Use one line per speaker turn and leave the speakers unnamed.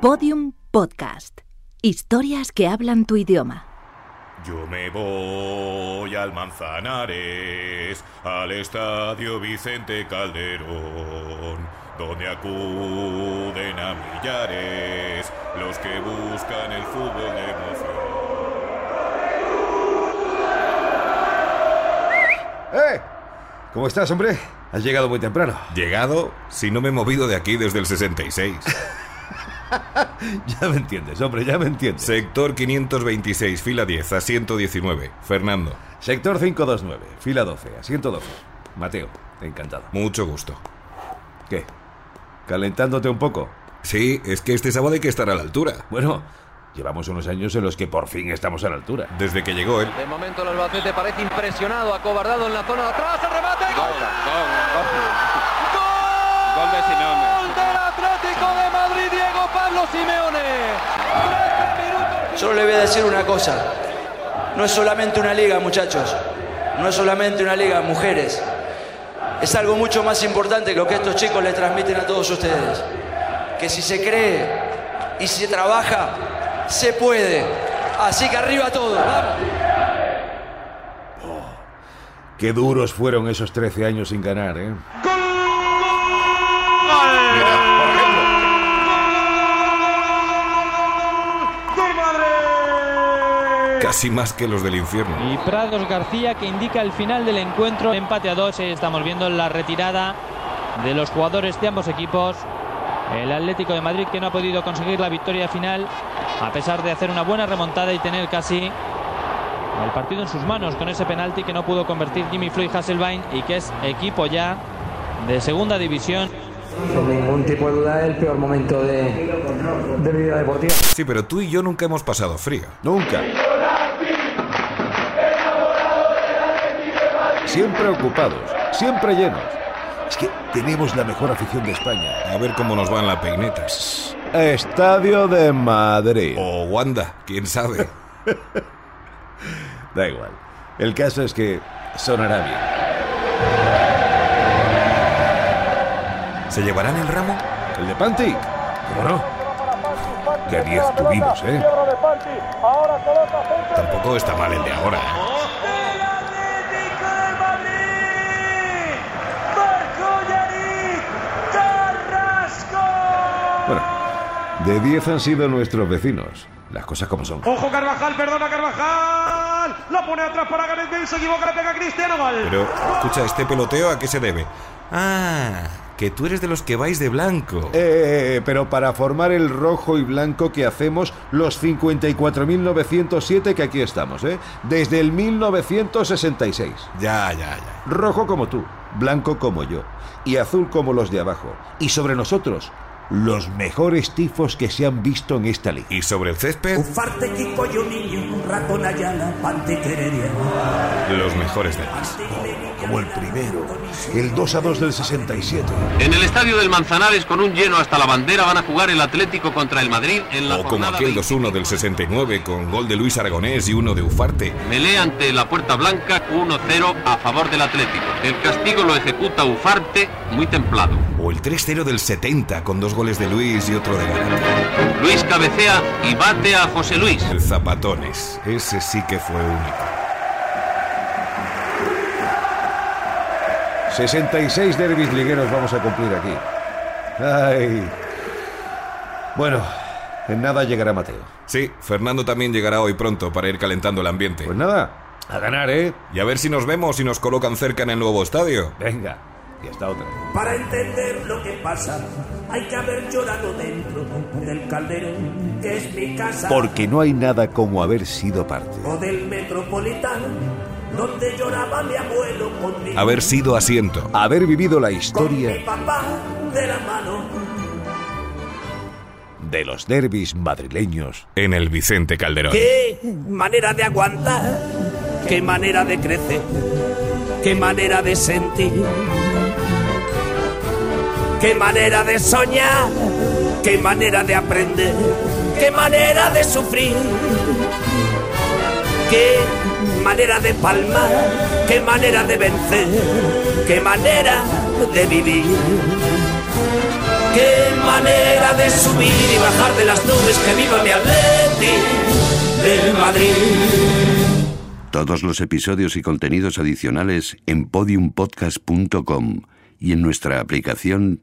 Podium Podcast. Historias que hablan tu idioma.
Yo me voy al Manzanares, al estadio Vicente Calderón, donde acuden a millares los que buscan el fútbol de emoción.
¡Eh! ¿Cómo estás, hombre? Has llegado muy temprano.
Llegado, si no me he movido de aquí desde el 66.
Ya me entiendes, hombre, ya me entiendes.
Sector 526, fila 10, a 119. Fernando,
Sector 529, fila 12, asiento 12. Mateo, encantado.
mucho gusto.
¿Qué? ¿Calentándote un poco?
Sí, es que este sábado hay que estar a la altura.
Bueno, llevamos unos años en los que por fin estamos a la altura.
Desde que llegó él.
De momento el Albacete parece impresionado, acobardado en la zona de atrás, el remate. ¡Gol!
Gol, gol,
¡Gol!
gol de Simeone.
¡Gol del Atlético de Madrid, Diego Pablo Simeone!
Solo le voy a decir una cosa. No es solamente una liga, muchachos. No es solamente una liga, mujeres. Es algo mucho más importante que lo que estos chicos le transmiten a todos ustedes. Que si se cree y se trabaja, se puede. Así que arriba todo. Vamos.
Qué duros fueron esos 13 años sin ganar, ¿eh?
Casi más que los del infierno.
Y Prados García que indica el final del encuentro. Empate a dos. Eh, Estamos viendo la retirada de los jugadores de ambos equipos. El Atlético de Madrid que no ha podido conseguir la victoria final a pesar de hacer una buena remontada y tener casi el partido en sus manos con ese penalti que no pudo convertir Jimmy Floyd Hasselbaink y que es equipo ya de segunda división.
Sin ningún tipo de duda el peor momento de, de mi vida deportiva.
Sí, pero tú y yo nunca hemos pasado frío.
Nunca. Siempre ocupados, siempre llenos. Es que tenemos la mejor afición de España.
A ver cómo nos van las peinetas.
Estadio de Madrid.
O Wanda, quién sabe.
Da igual. El caso es que sonará bien.
¿Se llevarán el ramo?
¿El de Pantic? ¿Cómo no? Qué 10 tuvimos, ¿eh?
Tampoco está mal el de ahora. ¿eh?
Bueno, de 10 han sido nuestros vecinos. Las cosas como son.
Ojo Carvajal, perdona Carvajal. La pone atrás para Gareth Bale, se equivoca, le pega a Cristiano Val.
Pero, escucha, ¿este peloteo a qué se debe? Ah, que tú eres de los que vais de blanco.
Eh, eh, eh, pero para formar el rojo y blanco que hacemos los 54.907 que aquí estamos, ¿eh? Desde el 1966.
Ya, ya, ya.
Rojo como tú, blanco como yo y azul como los de abajo. Y sobre nosotros, los mejores tifos que se han visto en esta liga.
¿Y sobre el césped?
Ufarte Kiko yo niño, un ratón allá la pante querería.
Los mejores demás.
Como el primero, el 2 a 2 del 67.
En el estadio del Manzanares, con un lleno hasta la bandera, van a jugar el Atlético contra el Madrid en
O como aquel 2-1 del 69 con gol de Luis Aragonés y uno de Ufarte.
Melé ante la Puerta Blanca 1-0 a favor del Atlético. El castigo lo ejecuta Ufarte, muy templado.
O el 3-0 del 70 con dos goles de Luis y otro de Garante.
Luis cabecea y bate a José Luis.
El Zapatones. Ese sí que fue único.
66 derbis ligueros vamos a cumplir aquí. Ay. Bueno, en nada llegará Mateo.
Sí, Fernando también llegará hoy pronto para ir calentando el ambiente.
Pues nada, a ganar, ¿eh?
Y a ver si nos vemos y nos colocan cerca en el nuevo estadio.
Venga, y hasta otra.
Para entender lo que pasa, hay que haber llorado dentro del calderón, que es mi casa,
Porque no hay nada como haber sido parte.
o del metropolitano, donde lloraba mi abuelo conmigo.
Haber sido asiento.
Haber vivido la
con mi
historia
papá de la mano.
de los derbis madrileños.
En el Vicente Calderón.
Qué manera de aguantar, qué manera de crecer, qué manera de sentir, qué manera de soñar, qué manera de aprender, qué manera de sufrir, qué manera de palmar, qué manera de vencer, qué manera de vivir, qué manera manera de subir y bajar de las nubes. Que viva mi Atleti del Madrid.
Todos los episodios y contenidos adicionales en podiumpodcast.com y en nuestra aplicación